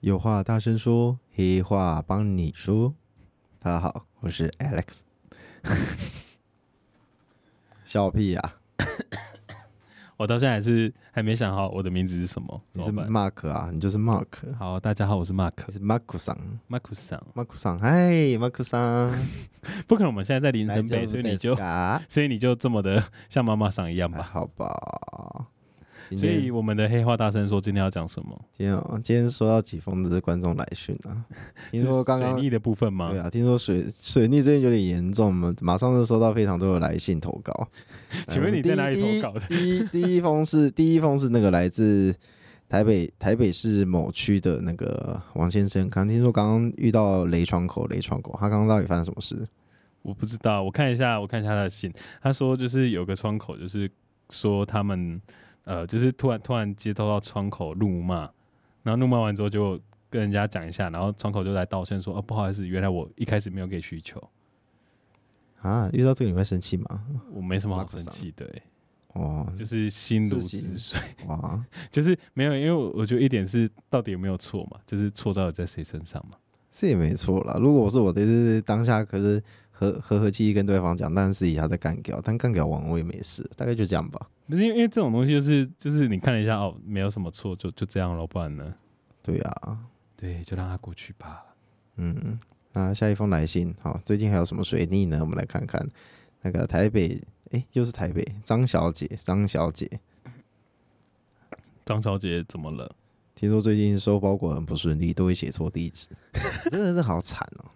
有话大声说，黑话帮你说。大家好，我是 Alex。笑屁啊呀、我到现在还是还没想好我的名字是什么，你怎是么办？ Mark 啊，你就是 Mark，好，大家好，我是马克你是 Mark 桑马克桑。 ，Mark 桑，嗨，Mark 桑，不可能，我们现在在凌晨来杯，所以你就还 所以你就这么的 像妈妈桑一样吧。啊哎好吧？今所天以我们的黑话大声说今天要讲什么？今天哦今天收到几封的观众来讯啊，听是说刚刚水逆的部分吗对？啊，听说水水逆最近有点严重，我们马上就收到非常多的来信投稿。 呃请问你在哪里第一投稿的第一第一封是第一封是那个来自台北台北市某区的那个王先生，刚听说刚刚遇到雷窗口，雷窗口，他刚刚到底发生什么事？我不知道，我看一下，我看一下他的信。他说就是有个窗口，就是说他们呃，就是突然突然接收到窗口怒骂，然后怒骂完之后就跟人家讲一下，然后窗口就来道歉说哦不好意思，原来我一开始没有给需求，啊，遇到这个你会生气吗？我没什么好生气的、欸哦，就是心如自己止水， 哇，就是没有，因为我我觉得一点是到底有没有错嘛，就是错到底在谁身上嘛。这也没错啦。如果我是我，就是当下可是和和和气气跟对方讲，但是私底下在干掉，但干掉完我也没事，大概就这样吧。不是因为因为这种东西就是就是你看了一下哦，没有什么错，就就这样了，不然呢？对啊，对，就让它过去吧。嗯，那下一封来信，好，最近还有什么水逆呢？我们来看看那个台北，哎，又是台北张小姐，张小姐，张小姐怎么了？听说最近收包裹很不顺利，都会写错地址， 真的是好惨 哦。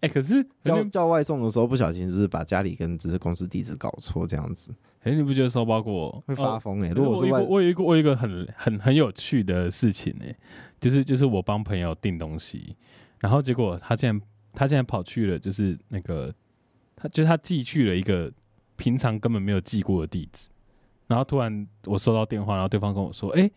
哎、可是可叫是叫外送的时候不小心就是把家里跟就是公司地址搞错，这样子哎、你不觉得收包裹会发？疯哎、哦如果我是有外一个我有一个我有一个很很很有趣的事情哎、就是就是我帮朋友订东西，然后结果他竟然他竟然跑去了，就是那个他就是他寄去了一个平常根本没有寄过的地址，然后突然我收到电话，然后对方跟我说，哎、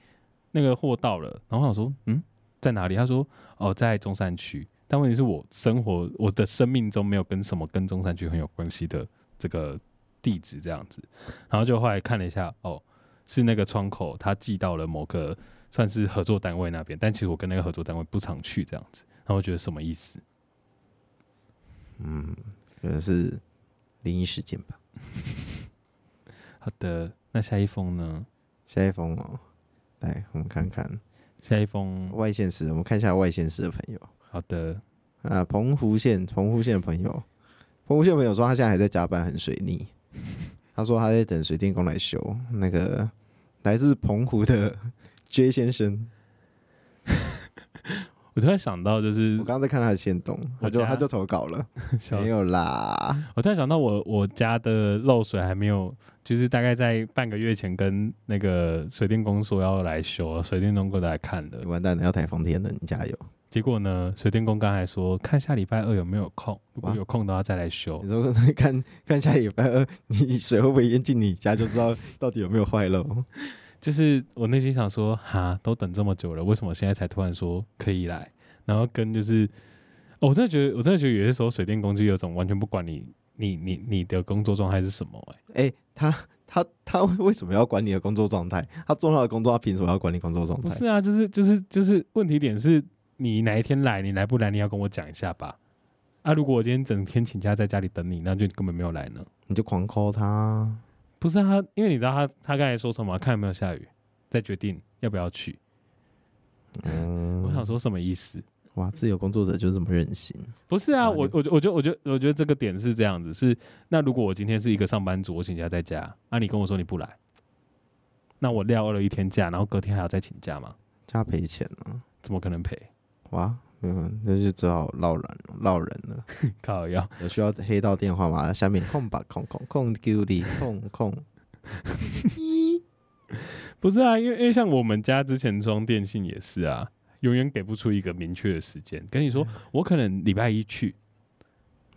那个货到了，然后我想说，嗯，在哪里？他说，哦，在中山区。但问题是我生活我的生命中没有跟什么跟中山区很有关系的这个地址这样子，然后就后来看了一下，哦，是那个窗口他寄到了某个算是合作单位那边，但其实我跟那个合作单位不常去这样子，然后我觉得什么意思？嗯，可能是灵异事件吧。好的，那下一封呢？下一封哦，来我们看看下一封，外县市，我们看一下外县市的朋友好的，啊，澎湖县澎湖县的朋友，澎湖县的朋友说他现在还在加班，很水逆。 他说他在等水电工来修。那个来自澎湖的 J 先生，我突然想到就我是刚，刚在看他的线动，他就我家他就投稿了，笑没死有啦， 我突然想到我我家的漏水还没有，就是大概在半个月前跟那个水电工说要来修，水电工过来看的你，完蛋了，要台风天了，你加油！结果呢，水电工刚才说看下礼拜二有没有空，如果哇有空的话再来修你。说看看下礼拜二你水会不会淹进你家，就知道到底有没有坏喽。就是我内心想说，哈，都等这么久了，为什么现在才突然说可以来？然后跟就是，哦我真的觉得，我真的觉得有些时候水电工具有种完全不管你你你你的工作状态是什么、欸，哎、他他他为什么要管你的工作状态？他做他的工作，他凭什么要管你工作状不态？是啊，就是就是就是问题点是你哪一天来，你来不来，你要跟我讲一下吧。啊，如果我今天整天请假在家里等你，那就根本没有来呢。你就狂 call 他。不是啊他，因为你知道他他刚才说什么，看有没有下雨，再决定要不要去。嗯，我想说什么意思？哇，自由工作者就是这么任性。不是啊，啊我你我觉我觉得我觉得我觉得这个点是这样子，是那如果我今天是一个上班族，我请假在家，啊，你跟我说你不来，那我撂了一天假，然后隔天还要再请假吗？加赔钱啊！怎么可能赔？ 哇，嗯，那就只好闹人闹人了。靠要有需要黑道电话吗？下面空吧，空空空丢你空空。不是啊，因为因为像我们家之前装电信也是啊，永远给不出一个明确的时间，跟你说我可能礼拜一去，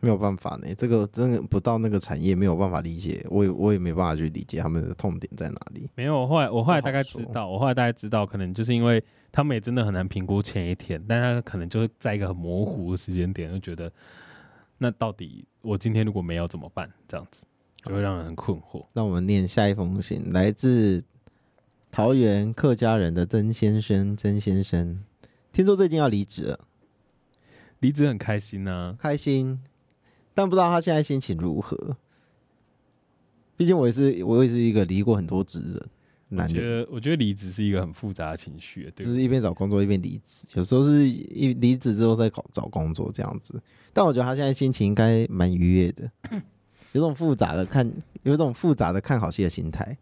没有办法呢，这个真的不到那个产业，没有办法理解，我也我也没办法去理解他们的痛点在哪里。没有，我后来我后来不好大概说知道，我后来大概知道，可能就是因为他们也真的很难评估前一天，但他可能就是在一个很模糊的时间点，就觉得那到底我今天如果没有怎么办？这样子就会让人很困惑。那我们念下一封信，来自桃园客家人的曾先生，曾先生，听说最近要离职了，离职很开心啊呐、开心，但不知道他现在心情如何。毕竟我也是，我也是一个离过很多职的我男觉人，得我觉得离职是一个很复杂的情绪，欸对就不对，是一边找工作一边离职，有时候是一离职之后再搞找工作这样子。但我觉得他现在心情应该蛮愉悦的，有种复杂的看，有种复杂的看好戏的心态。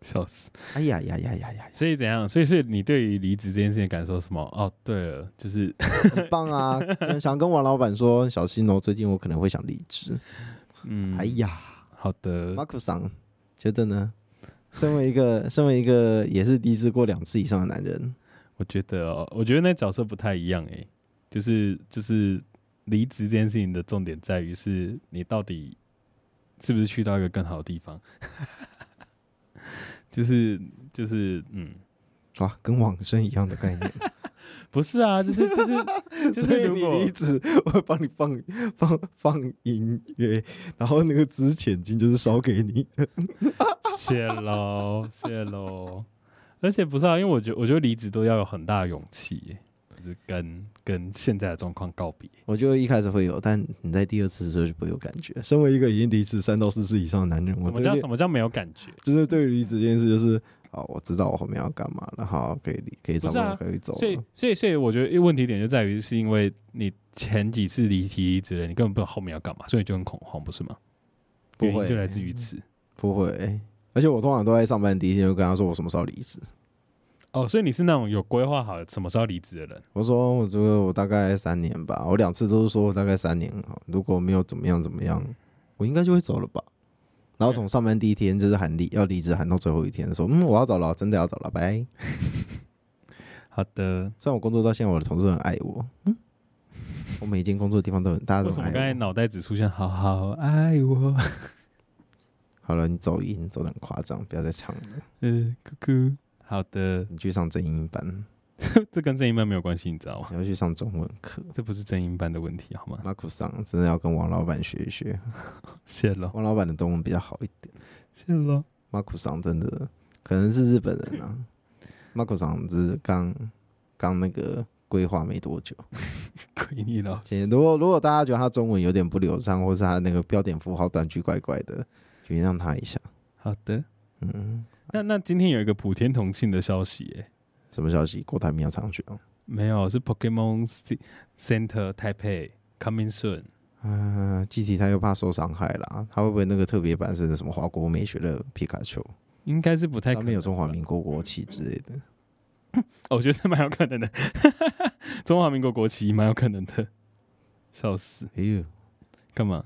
笑死。哎呀呀呀呀呀，所以怎样？所以所以你对于离职这件事情感受什么？哦，对了， 就是很棒啊！跟想跟王老板说，小心哦，最近我可能会想离职。嗯，哎呀。好的，马库桑觉得呢？身为一个身为一个也是离职过两次以上的男人，我觉得哦，我觉得那角色不太一样诶、就是就是离职这件事情的重点在于是你到底是不是去到一个更好的地方， 就是就是嗯，哇，跟往生一样的概念。不是啊，就是就是 就所是以如你果离职，我会帮你放放放音乐，然后那个资遣金就是烧给你。谢喽谢喽，而且不是啊，因为我觉得我觉得离职都要有很大的勇气耶、就是跟跟现在的状况告别。我就一开始会有，但你在第二次的时候就不会有感觉。身为一个已经离职三到四次以上的男人，我什么对叫这什么叫没有感觉？就是对于离职这件事，就是好，我知道我后面要干嘛了，好，可以离，可以不差是不多啊可以走所以了。，所以，所以，我觉得问题点就在于，是因为你前几次离题离职了，你根本不知道后面要干嘛，所以你就很恐慌，不是吗？不原因会就来自于此。不会，而且我通常都在上班第一天就跟他说我什么时候离职。哦，所以你是那种有规划好什么时候离职的人，我说，哦我觉得我大概三年吧，我两次都是说我大概三年哈，如果没有怎么样怎么样，我应该就会走了吧。然后从上班第一天就是喊离要离职，喊到最后一天说，嗯，我要走了，真的要走了，拜。好的。虽然我工作到现在，我的同事很爱我，嗯，我每一间工作的地方都很，大家都为什很么刚爱我。才脑袋只出现“好好爱我 好了，你走音走的很夸张，不要再唱了，”？呃，咕咕。好的，你去上正音班，这跟正音班没有关系，你知道吗？你要去上中文课。这不是正音班的问题，好吗？马库桑真的要跟王老板学一学，谢了，王老板的中文比较好一点。谢了。马库桑真的可能是日本人啊，马库桑只是刚刚那个规划没多久。亏你了。其实如果如果大家觉得他中文有点不流畅，或是他那个标点符号断句怪怪的，原谅他一下。好的，嗯，那那今天有一个普天同庆的消息、耶。什么消息？郭台铭要上去哦。没有，是 Pokemon C- Center Taipei coming soon。啊，季体他又怕受伤害啦，他会不会那个特别版是什么华国美学的皮卡丘，应该是不太可上能面有中华民国国旗之类的？哦，我觉得是蛮有可能的。 中华民国国旗蛮有可能的，笑死！哎呦，干嘛？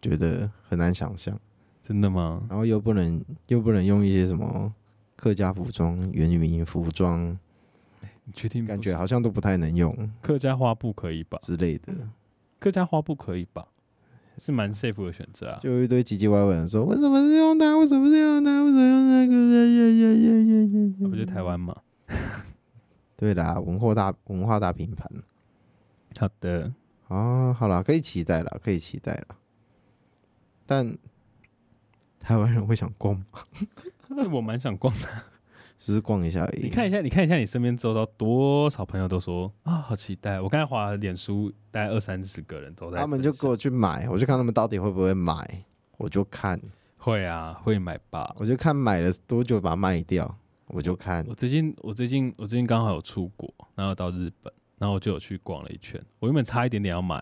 觉得很难想象。真的吗？然后又不能又不能用一些什么客家服装、原民服装，你确定不感觉好啊像都不太能用客家花布可以吧？之类的，客家花布可以吧？是蛮 safe 的选择啊。就有一堆唧唧歪歪的说为什么是用它，为什么是用它，为什么用那个呀呀呀呀呀那呀啊不就台湾嘛？对啦，文化大文化大拼盘好的， 啊，好啦，可以期待啦，可以期待啦，但台湾人会想逛吗？我蛮想逛的。只是逛一下而已。你看一下，你看一下，你身边周遭多少朋友都说啊，好期待！我刚才滑脸书，大概二三十个人都在分享，他们就给我去买，我就看他们到底会不会买，我就看。会啊，会买吧。我就看买了多久把它卖掉，我就看我最近，我最近，我最近刚好有出国，然后到日本，然后我就有去逛了一圈。我原本差一点点要买，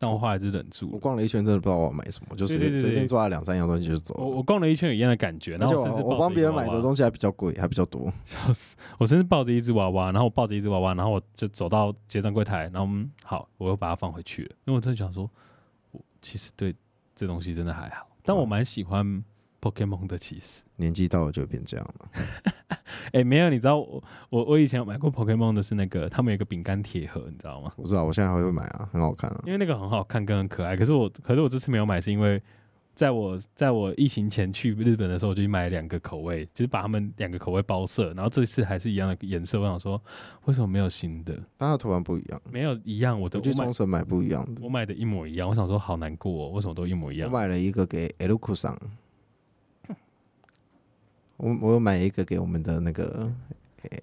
但我后来就忍住我了。逛了一圈，真的不知道我要买什么，我就随对对对随便对抓了两三样东西就走我了。我逛了一圈有一样的感觉，而然且后我甚至我我抱着帮一别只人买娃的娃 东西还比较贵，还比较多。笑死！我甚至抱着一只娃娃，然后我抱着一只娃娃，然后我就走到结账柜台，然后嗯好，我又把它放回去了，因为我真的想说，我其实对这东西真的还好，但嗯我蛮喜欢 Pokemon 的。其实，年纪到了就会变这样了。哎、没有，你知道我我我以前有买过 Pokemon 的是那个，他们有一个饼干铁盒，你知道吗？我知道，我现在还会买啊，很好看啊。因为那个很好看跟很可爱。可是我，可是我这次没有买，是因为在我在我疫情前去日本的时候，我就去买了两个口味，就是把他们两个口味包色，然后这次还是一样的颜色。我想说，为什么没有新的？但它图案不一样，没有一样，我的我我去买冲绳买不一样的。我买的一模一样。我想说，好难过、哦，为什么都一模一我样？买了一个给 L 库上，我我有买一个给我们的那个啊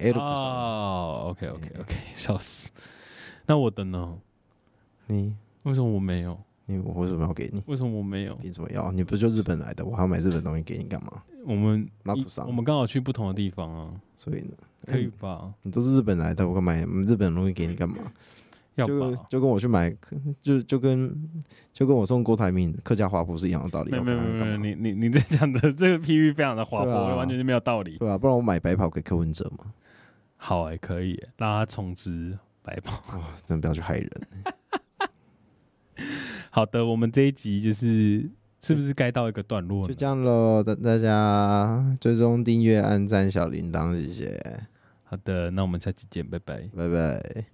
L 桑，哦，OK OK OK，笑嗯 死。那我的呢？你为什么我没有？你我为什么要给你？为什么我没有？凭什么要？你不是就日本来的，我还要买日本东西给你干嘛？我们马一古桑我们刚好去不同的地方啊，所以呢，可嗯以吧？你都是日本来的，我干嘛日本东西给你干嘛？要就吧？就跟我去买，就就跟就跟我送郭台铭客家华服是一样的道理。没有要没干嘛有没有干没有，嘛你 你你这讲的这个 PV 非常的滑对啊坡，完全就没有道理。对吧、啊不然我买白袍给柯文哲 嘛，好哎，可以耶让他重植白袍。哇，真的不要去害人。 好的，我们这一集就是是不是该到一个段落就呢？这样喽，大大家追踪、订阅、按赞、小铃铛，谢谢，好的，那我们下期见，拜拜。拜拜。